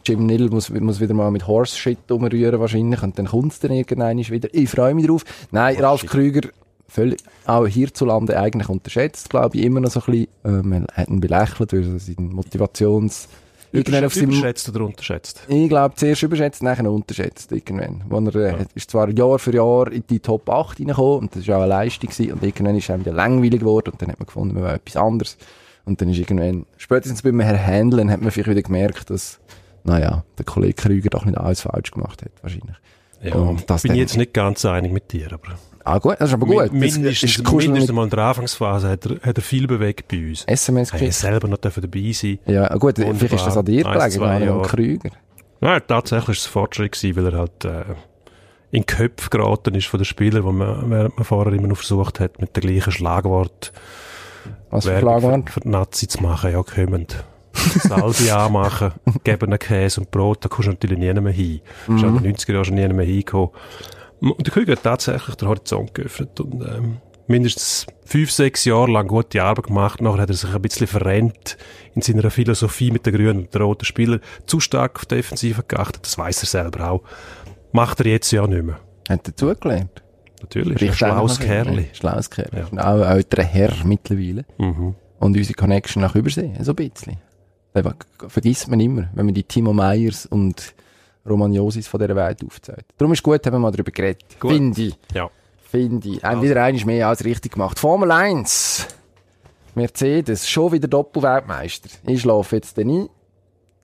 Jim Nill muss, muss wieder mal mit Horse Shit umrühren wahrscheinlich und dann kommt es dann irgendwann wieder. Ich freue mich drauf. Nein, Ralf Krüger, völlig, auch hierzulande eigentlich unterschätzt, glaube ich, immer noch so ein bisschen. Äh, man hat ihn belächelt durch seine Motivations... Irgendwann auf seinem Überschätzt oder unterschätzt? ich glaube, zuerst überschätzt, nachher unterschätzt, irgendwann. Wo er, äh, ist zwar Jahr für Jahr in die Top 8 reingekommen, und das war auch eine Leistung, gewesen, und irgendwann ist er wieder langweilig geworden, und dann hat man gefunden, man will etwas anderes. Und dann ist irgendwann, spätestens beim Herrn Händeln, hat man vielleicht wieder gemerkt, dass, naja, der Kollege Krüger doch nicht alles falsch gemacht hat, wahrscheinlich. Ja, Und um das bin dann- ich jetzt nicht ganz einig mit dir, aber Ah, gut, das ist aber gut. Min- mindestens, das ist Kuscheln mindestens mal in der Anfangsphase hat er, hat er viel bewegt bei uns. mit SMS Er hat gekriegt. selber noch dürfen dabei sein. Ja, gut, vielleicht ist das an dir Wunderbar. Eins, gelegen, zwei gar nicht am Jahre. Krüger. Nein, tatsächlich ist es ein Fortschritt gewesen, weil er halt äh, in den Köpfe geraten ist von den Spielern, wo man, während man vorher immer noch versucht hat, mit dem gleichen Schlagwort Was für Werbung Schlagwort? für, für die Nazi zu machen, ja, kommend. Salbe anmachen, geben einen Käse und Brot, da kommst du natürlich nie mehr hin. Mhm. Bist auch in den 90er Jahren schon nie mehr hingekommen. Und der Krüger hat tatsächlich den Horizont geöffnet und ähm, mindestens fünf, sechs Jahre lang gute Arbeit gemacht. Nachher hat er sich ein bisschen verrennt in seiner Philosophie mit den grünen und den roten Spielern. Zu stark auf die Defensive geachtet, das weiß er selber auch. Macht er jetzt ja nicht mehr. Hat er zugelernt? Natürlich, ist ein schlaues Kerl. Schlaues Kerl. Mhm. Ist Auch ein älterer Herr mittlerweile. Und unsere Connection nach Übersee, so ein bisschen. Eben, g- vergisst man immer, wenn man die Timo Meyers und Roman Josis von dieser Welt aufzählt. Darum ist gut, haben wir mal darüber geredet. Gut. Also. Finde ich. Ja. Finde ich. Haben wieder eines mehr als richtig gemacht. Formel 1. Mercedes, schon wieder Doppelweltmeister. Ich schlafe jetzt dann ein.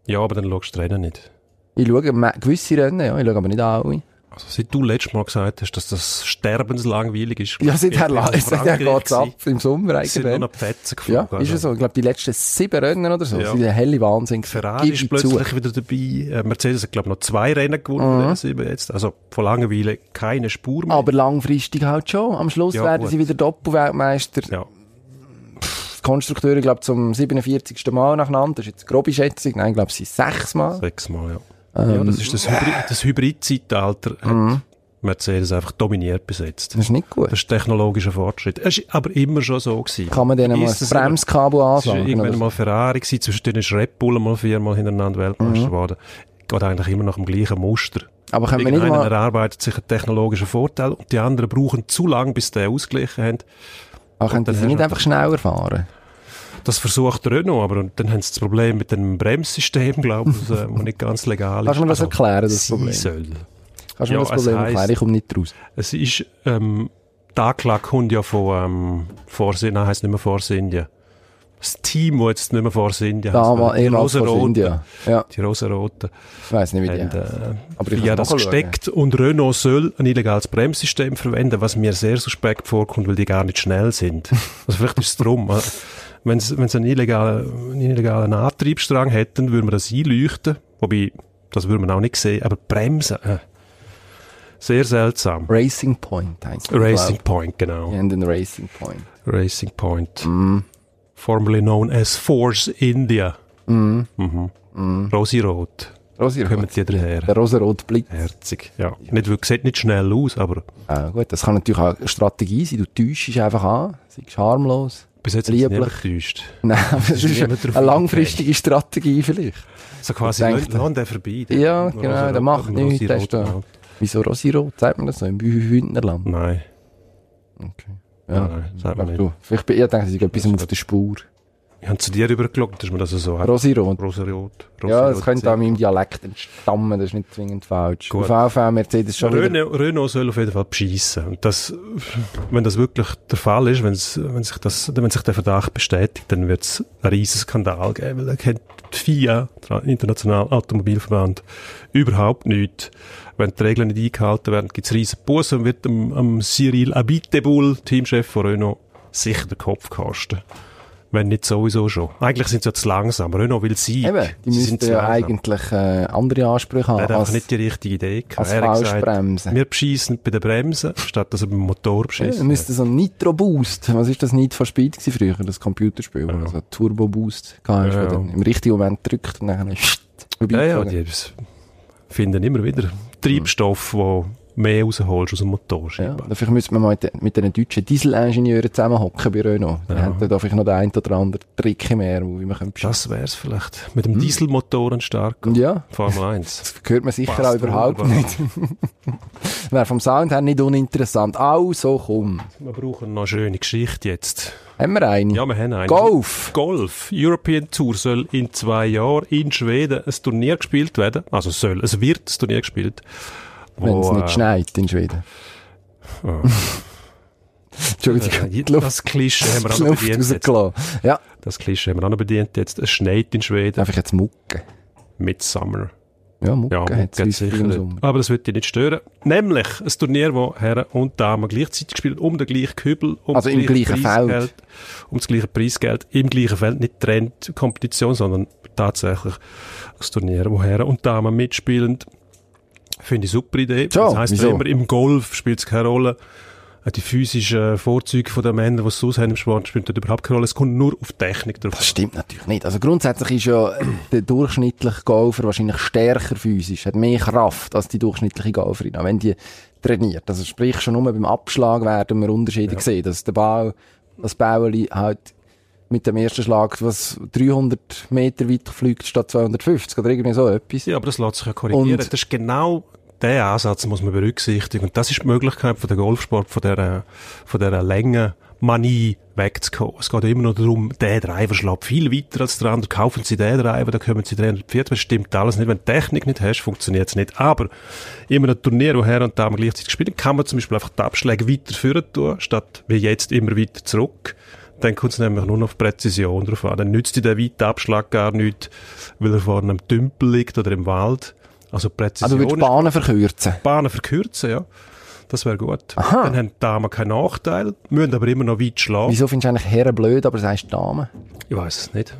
Ja, aber dann schaust du die Rennen nicht. Ich schaue me- gewisse Rennen, ja, ich schaue aber nicht alle. Also, seit du letztes Mal gesagt hast, dass das sterbenslangweilig ist. Ja, seither la- seither Frankreich halt geht's ab, gewesen, im Sommer Sind nur noch eigentlich. Fetzen geflogen. also Ja, ist ja so. Ich glaube, die letzten sieben Rennen oder so Ja. sind ein helle Wahnsinn. gewesen. Ferrari Gebe ist ich plötzlich wieder dabei. Äh, Mercedes hat, glaube ich, noch zwei Rennen gewonnen. Mhm. Sieben jetzt. Also von Langeweile keine Spur mehr. Aber langfristig halt schon. Am Schluss Ja, werden gut. sie wieder Doppelweltmeister. ja. Die Konstrukteure, glaube zum 47. Mal nacheinander. Das ist jetzt eine grobe Schätzung. Nein, ich glaube, sie sechsmal. Sechsmal, ja. Ähm. ja, das ist das, Hybrid, das Hybrid-Zeitalter. hat Mhm. Mercedes einfach dominiert besetzt. Das ist nicht gut. Das ist technologischer Fortschritt. Es ist aber immer schon so gewesen. Kann man denen mal Vergiss ein das immer. Bremskabel Es war ansagen? irgendwann oder so? mal Ferrari gewesen, zwischen denen ist Red Bull mal viermal hintereinander Mhm. Weltmeister geworden. Geht eigentlich immer nach dem gleichen Muster. Aber können wir nicht Irgendeiner mal, erarbeitet sich einen technologischen Vorteil und die anderen brauchen zu lange, bis die ausgeglichen haben. ah, können dann sie hast nicht du- einfach schneller fahren? Das versucht Renault, aber dann haben sie das Problem mit dem Bremssystem, glaube ich, das äh, wo nicht ganz legal ist. Also, Kannst du mir das erklären, das sie Problem? Soll. Kannst du Ja, mir das es Problem heisst- erklären? Ich komme nicht raus. Es ist, ähm, die Anklage kommt ja von ähm, Force, nein, heisst nicht mehr Force India. Das Team, das jetzt nicht mehr Force India Damals, Also die ehemals Ah, von Rosenroten. India. Ja, Die Rosenroten. ich weiss nicht, wie die haben heissen. äh, Aber ich ja kann das nachschauen. gesteckt und Renault soll ein illegales Bremssystem verwenden, was mir sehr suspekt vorkommt, weil die gar nicht schnell sind. Also vielleicht ist es drum. äh, Wenn sie wenn sie einen illegalen, einen illegalen Antriebsstrang hätten, würde man das einleuchten. Wobei, das würde man auch nicht sehen. Aber Bremsen, äh, sehr seltsam. Racing Point heisst es, Racing glaub Point, ich. genau. Die haben einen Racing Point. Racing Point. Mhm. Formerly known as Force India. Mhm. Rosi Rot. Kommen Rosenrot. die daher. Der rosenrote Blitz. Herzig, ja. Nicht, wirklich- sieht nicht schnell aus, aber Ah, gut, das kann natürlich auch eine Strategie sein. Du täuschst einfach an, sagst harmlos. bis jetzt ist es Lieblich. nicht getäuscht. Nein, aber das ist niemand drauf eine, eine langfristige Strategie vielleicht. So quasi, Ich denke- lass den vorbei. der- Ja, Rosa- genau, der macht Rosa- nichts, der Rosa- ist da. Wieso Rosirot? Sagt man das so? Im Hühnerland? Nein, Okay. ja. Ja. nein, sagt man Ach, nicht. du, vielleicht bin, ich denke, sie gehen bis auf der Spur. Ich habe zu dir rübergeschaut, dass man das so hat. Rosirot. Rosarot. Ja, das könnte auch meinem Dialekt entstammen, das ist nicht zwingend falsch. Gut. Auf VV Mercedes schon wieder. Renault, Renault soll auf jeden Fall beschissen. Und das, wenn das wirklich der Fall ist, wenn's, wenn, sich das, wenn sich der Verdacht bestätigt, dann wird es einen riesen Skandal geben, weil er kennt die FIA, der Internationale Automobilverband, überhaupt nicht. Wenn die Regeln nicht eingehalten werden, gibt es riesen Bussen und wird dem, dem Cyril Abiteboul, Teamchef von Renault, sicher den Kopf kosten. Wenn nicht sowieso schon. Eigentlich sind sie ja zu langsam. Renault will Sieg. Eben, die sie sind also. müssten zu ja langsam. eigentlich äh, andere Ansprüche haben. Er hat einfach als- nicht die richtige Idee gehabt. als Er hat Falschbremsen. wir beschießen bei den Bremsen, statt dass er beim Motor Ja, beschissen. müsste so ein Nitro Boost. Was ist das Need for Speed gewesen früher, das Computerspiel? wo Also Turbo Boost kann Ja, ja, ja. dann im richtigen Moment drückt und dann ist ja, ja, vorbeigezogen. die s- finden immer wieder Treibstoff, wo mehr rausholst aus dem Motor. ja, scheinbar. Dafür müsste man mal mit den- mit den deutschen Dieselingenieuren zusammenhocken bei Renault. Dann hätten da vielleicht noch den einen oder anderen Trick im Ärmel, wie man könnte beschissen. Das wär's vielleicht. Mit dem Dieselmotor ein starker. Hm. Ja, Formel 1. das hört man sicher Passt auch überhaupt wunderbar. nicht. Wäre vom Sound her nicht uninteressant. Also, komm. Wir brauchen noch eine schöne Geschichte jetzt. Haben wir eine? Ja, wir haben eine. Golf! Golf. European Tour soll in zwei Jahren in Schweden ein Turnier gespielt werden. Also soll, es wird ein Turnier gespielt. Wenn es wo, nicht äh, schneit in Schweden. Ah. Entschuldigung, äh, die Luft, Das Klischee haben wir auch die noch Luft bedient. Jetzt. rausgelassen. Ja, Das Klischee haben wir auch noch bedient jetzt. Es schneit in Schweden. darf ich jetzt mucken? Midsummer. Ja, Mucke Ja, ja, hat geht es sicher im nicht. Sommer. Aber das wird dich nicht stören. Nämlich ein Turnier, wo Herren und Damen gleichzeitig spielen, um den gleichen Kübel, um Also das im gleichen Feld. Preisgeld, um das gleiche Preisgeld, im gleichen Feld, nicht trennt Kompetition, sondern tatsächlich ein Turnier, wo Herren und Damen mitspielen. Finde ich super Idee. Tja, das heisst ja wieso? immer, im Golf spielt es keine Rolle. Äh, Die physischen Vorzüge der Männer, die es sonst haben im Sport, spielt dort überhaupt keine Rolle. Es kommt nur auf die Technik drauf. Das stimmt natürlich nicht. Also grundsätzlich ist ja äh, der durchschnittliche Golfer wahrscheinlich stärker physisch, hat mehr Kraft als die durchschnittliche Golferin, auch wenn die trainiert. Also sprich, schon nur beim Abschlag werden wir Unterschiede sehen, dass der Ball, das Bäueli halt mit dem ersten Schlag, was 300 Meter weit fliegt, statt 250 oder irgendwie so etwas. Ja, aber das lässt sich ja korrigieren. Und- das ist genau der Ansatz, muss man berücksichtigen. Und das ist die Möglichkeit von der Golfsport, von der, von der Länge Manie wegzukommen. Es geht ja immer noch darum, der Driver schlägt viel weiter als der andere. Kaufen Sie den Driver, dann kommen Sie 340. Das stimmt alles nicht. Wenn du Technik nicht hast, funktioniert es nicht. Aber in einem Turnier, wo Herr und Dame gleichzeitig spielen, kann man zum Beispiel einfach die Abschläge weiterführen tun, statt wie jetzt immer weiter zurück. Dann kommt es nämlich nur noch auf Präzision drauf an. Dann nützt dir der weite Abschlag gar nicht, weil er vorne am Tümpel liegt oder im Wald. Also Präzision Also du würdest ist- Bahnen verkürzen. Bahnen verkürzen, ja. Das wäre gut. Dann haben die Damen keinen Nachteil, müssen aber immer noch weit schlagen. Wieso findest du eigentlich Herren blöd, aber sagst Damen? Ich weiß es nicht.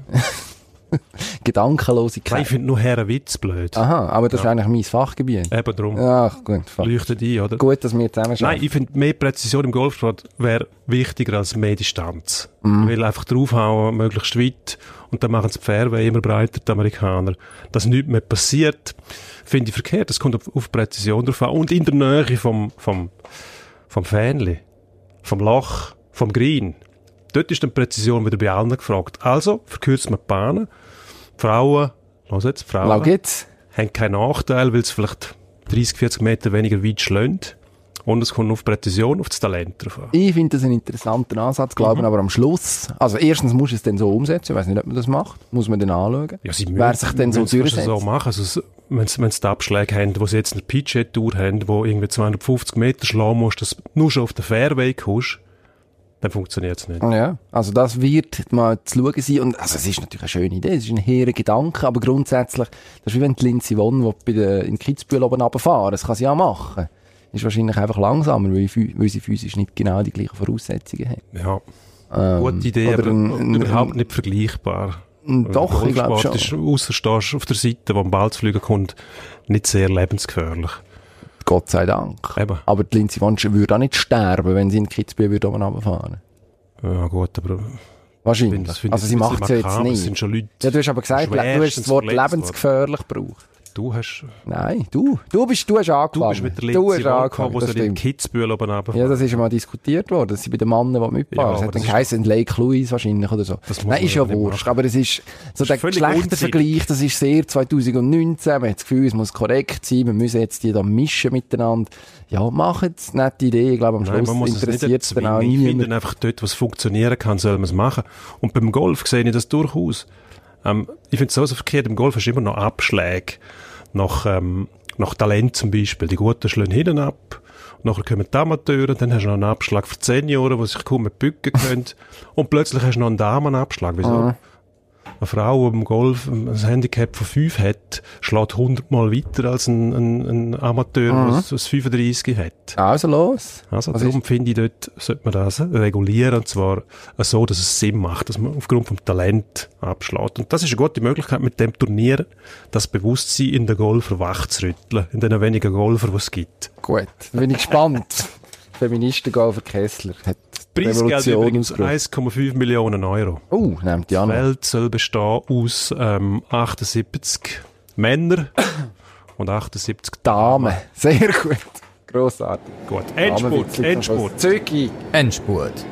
Nein, Ich Gedankenlosigkeit. finde nur Herren Witz blöd. Aha, aber das ist eigentlich mein Fachgebiet. Eben drum. Ach, gut. fuck. Leuchtet ein, oder? Gut, dass wir zusammen Nein, schaffen. ich finde, mehr Präzision im Golfsport wäre wichtiger als mehr Distanz. Weil einfach draufhauen, möglichst weit, und dann machen sie die Fairway immer breiter, die Amerikaner. Dass nichts mehr passiert, finde ich verkehrt. Das kommt auf, auf Präzision drauf an. Und in der Nähe vom, vom, vom Fähnli, vom Loch, vom Green. Dort ist dann die Präzision wieder bei allen gefragt. Also, verkürzt man die Bahnen. Frauen, los jetzt, Frauen Lau geht's? haben keinen Nachteil, weil es vielleicht 30, 40 Meter weniger weit schlägt. Und es kommt auf die Präzision, auf das Talent drauf an. Ich finde das einen interessanten Ansatz, Mhm. glaube aber am Schluss, also erstens muss es dann so umsetzen, ich weiß nicht, ob man das macht, muss man dann anschauen. Wer sich denn so müssen es fast durchsetzt. so machen. Also, es- wenn sie, wenn sie die Abschläge haben, wo sie jetzt eine PJ-Tour haben, wo irgendwie 250 Meter schlagen musst, dass du nur schon auf den Fairway kommst, dann funktioniert es nicht. Ja, also das wird mal zu schauen sein. Und also es ist natürlich eine schöne Idee, es ist ein hehrer Gedanke, aber grundsätzlich, das ist wie wenn die Lindsay Vonn will bei der, in Kitzbühel oben runterfahren das kann sie auch machen. Ist wahrscheinlich einfach langsamer, weil, phy- weil sie physisch nicht genau die gleichen Voraussetzungen hat. Ja. Gute Idee, Ähm, oder aber ein- ein- überhaupt nicht vergleichbar. Weil doch, ich glaub Golfsport Ist, außerstehst auf der Seite, wo ein Ball zu fliegen kommt, nicht sehr lebensgefährlich. Gott sei Dank. Eben. Aber die Lindsay Vonn würde auch nicht sterben, wenn sie in Kitzbühel würde oben runterfahren Ja, gut, aber Wahrscheinlich. Finde- das finde also ich sie ein bisschen macht es ja jetzt makaber. nicht. Es sind schon Leute ja, du hast aber gesagt, le- du hast das schwerstens Wort verletzt worden. lebensgefährlich gebraucht. du hast Nein, du. Du bist, du hast angefangen. Du bist mit der Du hast Linse angekommen, wo das sie den stimmt. Kitzbühel oben runter. Ja, das ist ja mal diskutiert worden, dass sie bei den Männern die mitfahren. Ja, das aber hat dann das ist- geheißen Lake Louise wahrscheinlich oder so. Das muss Nein, man ist ja ja nicht wurscht. machen. Aber es ist, so der ist völlig Geschlechtervergleich, das ist sehr 2019. Man hat das Gefühl, es muss korrekt sein. Wir müssen jetzt die da mischen miteinander. Ja, machen's. Nette Idee. Ich glaube, am Nein, Schluss man muss es nicht interessiert es dann auch erzwingen. Ich niemand. finde einfach dort, was funktionieren kann, soll man es machen. Und beim Golf sehe ich das durchaus. Ähm, ich finde es so so verkehrt, im Golf hast du immer noch Abschläge nach, ähm, nach Talent zum Beispiel. Die Guten schlagen hinten ab, nachher kommen die Amateure, dann hast du noch einen Abschlag für 10 Jahre, wo sich kaum mehr bücken können. und plötzlich hast du noch einen Damenabschlag. Wieso? Ah. Eine Frau, die im Golf ein Handicap von 5 hat, schlägt 100 Mal weiter als ein, ein, ein Amateur, der Mhm. ein 35 hat. Also los. Also Was darum finde ich, dort sollte man das regulieren, und zwar so, dass es Sinn macht, dass man aufgrund vom Talent abschlägt. Und das ist eine gute Möglichkeit, mit dem Turnier das Bewusstsein in den Golfer wachzurütteln, in den wenigen Golfer, die es gibt. Gut, dann bin ich gespannt. Feministen gehen für Kessler. Hat die Preisgeld Revolution übrigens ausgerufen. 1,5 Millionen Euro. Oh, nehmt die Die an. Welt soll bestehen aus ähm, 78 Männern und 78 Damen. Sehr gut. Grossartig. Gut, Endspurt, Damenwitz liegt am Schluss. Endspurt. Zügi. Endspurt.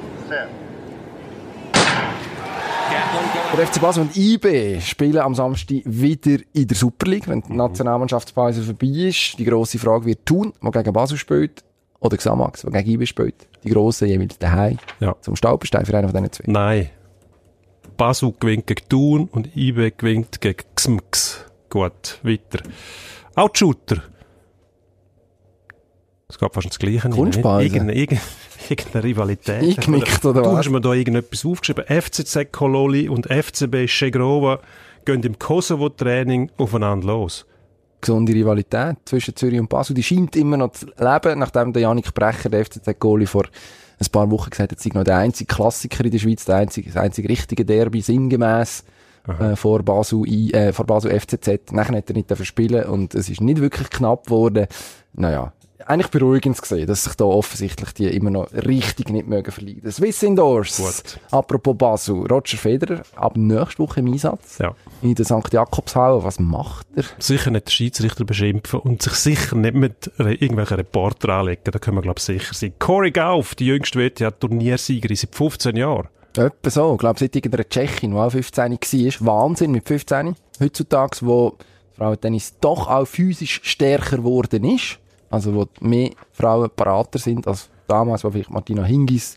Der FC Basel und IB spielen am Samstag wieder in der Super League, wenn die Nationalmannschaftspause vorbei ist. Die grosse Frage wird tun, wer gegen Basel spielt oder Xamax, der gegen IB spielt. Die grossen jeweils daheim Ja. zum Staubenstein für einen von diesen zwei. Nein. Basel gewinnt gegen Thun und IB gewinnt gegen XMX. Gut, weiter. Outshooter. Es geht fast ins Gleiche. Kunstpause. Irgendeine, irgendeine, irgendeine Rivalität. Eingenickt, oder Du was? hast mir da irgendetwas aufgeschrieben. FCZ Kololi und FCB Shegrova gehen im Kosovo-Training aufeinander los. gesunde Rivalität zwischen Zürich und Basel, die scheint immer noch zu leben, nachdem der Janik Brecher, der FCZ-Goalie, vor ein paar Wochen gesagt hat, es sei noch der einzige Klassiker in der Schweiz, der einzige, das einzige richtige Derby, sinngemäß äh, vor, Basel, I- äh, vor Basel FCZ. Nachher hat er nicht dafür spielen und es ist nicht wirklich knapp geworden. Naja, eigentlich beruhigend gesehen, dass sich da offensichtlich die immer noch richtig nicht mögen verlieren. Swiss Indoors. Gut. Apropos Basel, Roger Federer ab nächste Woche im Einsatz Ja. in der St. Jakobshalle. Was macht er? Sicher nicht den Schiedsrichter beschimpfen und sich sicher nicht mit re- irgendwelchen Reporter anlegen. Da können wir, glaube ich, sicher sein. Corey Gauff, die jüngste WTA-Turniersiegerin seit 15 Jahren. Etwa so. Ich glaube, seit irgendeiner Tschechin, die auch 15 war. Wahnsinn mit 15. Heutzutage, wo Frauentennis doch auch physisch stärker geworden ist. Also, wo mehr Frauen parater sind als damals, wo vielleicht Martina Hingis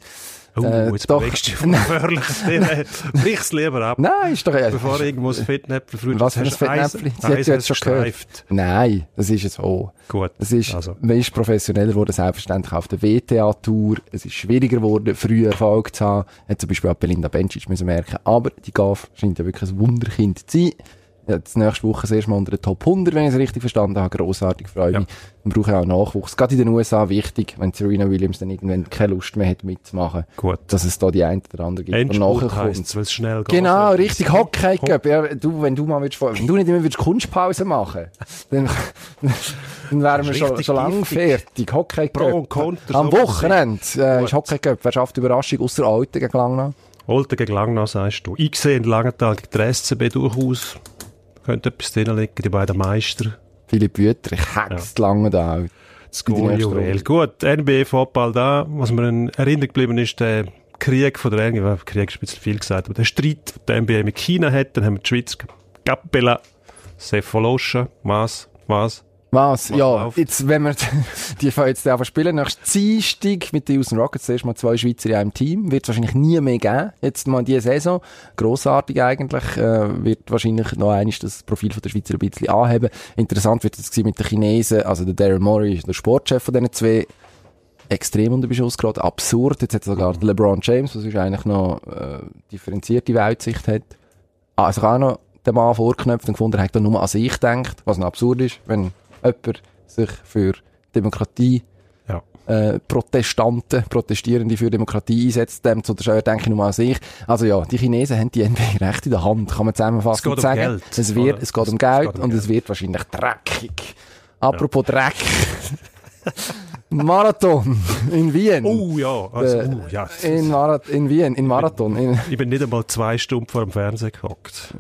Oh, Äh, jetzt doch. bewegst du dich gefährlich. Brich's lieber ab. Nein, ist doch Bevor irgendwo ein Fettnäpfel früher Was für ein hast du eins- Fettnäpfchen? Sie hat eins ja jetzt schon gestreift. gehört. Nein, das ist jetzt auch. Gut, Es ist, also. Man ist professioneller geworden, selbstverständlich auch auf der WTA-Tour. Es ist schwieriger geworden, früh Erfolg zu haben. Hat zum Beispiel auch Belinda Bencic müssen merken. Aber die GAF scheint ja wirklich ein Wunderkind zu sein. Jetzt nächste Woche das erste Mal unter den Top 100, wenn ich es richtig verstanden habe. Grossartig, freue mich. Man braucht auch Nachwuchs. Gerade in den USA wichtig, wenn Serena Williams dann irgendwann keine Lust mehr hat mitzumachen. Gut. Dass es da die eine oder andere gibt, die Endspurt nachher heisst kommt. es, weil es schnell Also, geht. Genau, Weil- richtig, Hockey Cup. Ja, du, wenn du mal würdest, vor- wenn du nicht immer würdest Kunstpause machen, dann, dann wären wir ist schon, richtig schon lange giftig. fertig. Hockey Cup. Pro und Contra, Am so Wochenende äh, Gut. ist Hockey Cup. Wer schafft die Überraschung ausser Alten gegen Langnau? Olten gegen Langnau, sagst du. Ich sehe in Langenthal gegen die SCB durchaus. Könnte etwas drin liegen, die beiden Meister. Philipp Wüterich hext lange da alt. Das In der ersten Goal-Juwel. Runde. Gut, NBA Football da. Was mir in Erinnerung geblieben ist, der Krieg von der NBA. Krieg ist ein bisschen viel gesagt, aber der Streit, den die NBA mit China hat, dann haben wir die Schweiz, Gappela, Sefalosha, was, was. Was? ja, läuft? jetzt, wenn wir die fangen jetzt einfach spielen, nächstes Dienstag mit den Houston Rockets, zuerst mal zwei Schweizer in einem Team, wird es wahrscheinlich nie mehr geben, jetzt mal in diese Saison. Grossartig eigentlich, äh, wird wahrscheinlich noch eines das Profil von der Schweizer ein bisschen anheben. Interessant wird es gewesen mit den Chinesen, also der Daryl Morey ist der Sportchef von diesen zwei, extrem unter Beschuss gerade, absurd, jetzt hat sogar der LeBron James, was ist eigentlich noch äh, differenzierte Weltsicht hat, also auch noch den Mann vorgeknöpft und gefunden, er hat da nur an sich gedacht, was noch absurd ist, wenn jemand sich für Demokratie, Ja. äh, Protestanten, Protestierende für Demokratie einsetzt, dem zu unterstellen, denke ich nur an sich. Also ja, die Chinesen haben die NBA recht in der Hand, kann man Es zusammenfassen geht und um sagen. Geld, es, wird, oder? es geht um Es- es Geld geht um und es wird wahrscheinlich dreckig. Apropos Dreck. Marathon in Wien. Oh ja, also, Äh, oh, ja. in, Mara in Wien, in Marathon. In, Ich bin nicht einmal zwei Stunden vor dem Fernseher gehockt.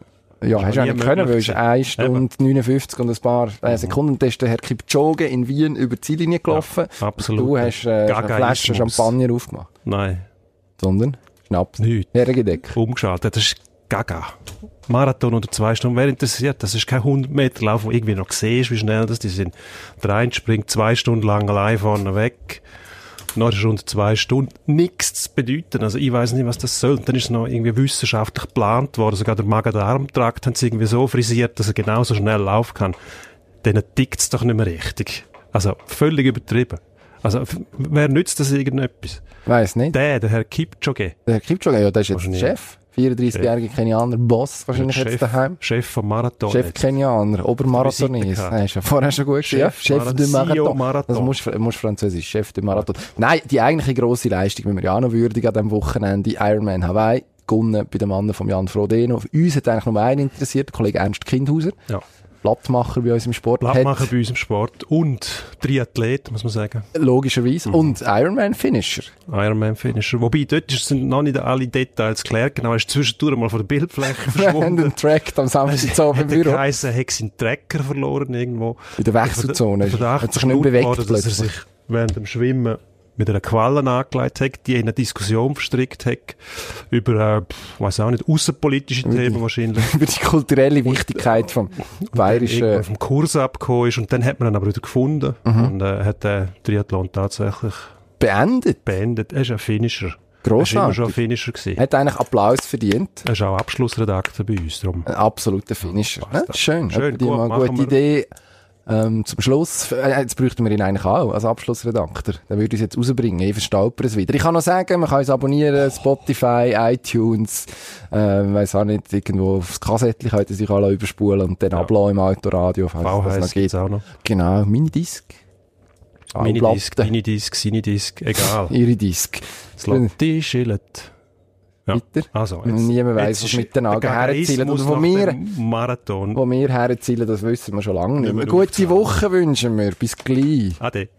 Ja, hast du noch auch nie nicht können, weil möglich es ist 1 gewesen. Stunde 59 und ein paar äh, Sekunden. Da ist der Herr Kipchoge in Wien über die Ziellinie gelaufen. Ja, absolut. Du hast äh, eine Flasche Gagaismus. Champagner aufgemacht. Nein, Sondern Schnaps. Nichts. Herrengedeck. umgeschaltet. Das ist Gaga. Marathon unter zwei Stunden. Wer interessiert? Das ist kein 100 Meter Lauf, wo irgendwie noch siehst, wie schnell das die sind. Der eine springt zwei Stunden lang allein vorne weg. Noch ist es unter zwei Stunden nichts zu bedeuten. Also ich weiß nicht, was das soll. Und dann ist es noch irgendwie wissenschaftlich geplant worden. Sogar der Magen-Darm-Trakt haben sie irgendwie so frisiert, dass er genauso schnell laufen kann. Denen tickt es doch nicht mehr richtig. Also völlig übertrieben. Also f- wer nützt das irgendetwas? Weiss nicht. Der Der, der Herr Kipchoge, Herr Kipchoge, ja, der ist jetzt Wahrscheinlich. Chef. 34-jähriger Kenianer, Boss wahrscheinlich Chef, jetzt daheim. Chef vom Marathon. Chef jetzt. Kenianer, Visite Obermarathonist. gehabt. Nein, ist ja vorher schon gut. Chef ja, Chef Marathon- du CEO Marathon. Marathon. Das muss, muss Französisch. Chef du Marathon. Nein, die eigentliche grosse Leistung, wenn wir ja auch noch würdigen an diesem Wochenende, Ironman Hawaii, gewonnen bei dem Mann von Jan Frodeno. Uns hat eigentlich nur einen interessiert, der Kollege Ernst Kindhauser. Ja. Blattmacher bei uns im Sport. Blattmacher hat bei uns im Sport und Triathlet, muss man sagen. Mhm. Logischerweise. Und Ironman Finisher. Ironman-Finisher. Wobei, dort ist- sind noch nicht alle Details geklärt. Genau, er ist zwischendurch mal von der Bildfläche verschwunden. Random tracked am Samstag oben im Hat er Büro. geheißen, hat seinen Tracker verloren irgendwo. In der Wechselzone. Der Verdacht Hat sich nicht mehr ist bewegt worden, dass er plötzlich. sich während dem Schwimmen mit einer Qualle angelegt hat, die in eine Diskussion verstrickt hat, über, äh, pff, weiß auch nicht, außenpolitische Themen wahrscheinlich. Über die kulturelle Wichtigkeit vom irgendwann bayerischen vom Kurs abgekommen ist und dann hat man ihn aber wieder gefunden Mhm. und äh, hat den Triathlon tatsächlich beendet. beendet. Er ist ein Finisher. Er war immer Grossartig. schon ein Finisher. Gewesen. Hat eigentlich Applaus verdient. Er ist auch Abschlussredakteur bei uns. Darum. Ein absoluter Finisher. Ne? Schön. Schön, Schön die gut, mal machen gute wir. Idee. Ähm, zum Schluss, äh, jetzt bräuchten wir ihn eigentlich auch als Abschlussredakteur. Der würde uns jetzt rausbringen. Ich verstauper es wieder. Ich kann noch sagen, man kann uns abonnieren, Spotify, iTunes, äh, weiss auch nicht, irgendwo aufs Kassettchen könnte sich alle überspulen und dann abladen im Autoradio, falls es das noch VHS gibt gibt. es auch noch. Genau, Minidisc. Ah, Minidisc, Schallplatten. Minidisc, Sinidisc, egal. Ihre Disc. Slotti, Schillet. Ja. Weiter. Also, Niemand weiss, jetzt was ist mit den Augen der Gagaismus herzielt. Und von nach mir- dem Marathon. Wo wir herzielen, das wissen wir schon lange nicht Nicht mehr. mehr Gute aufzählen. Woche wünschen wir. Bis gleich. Ade.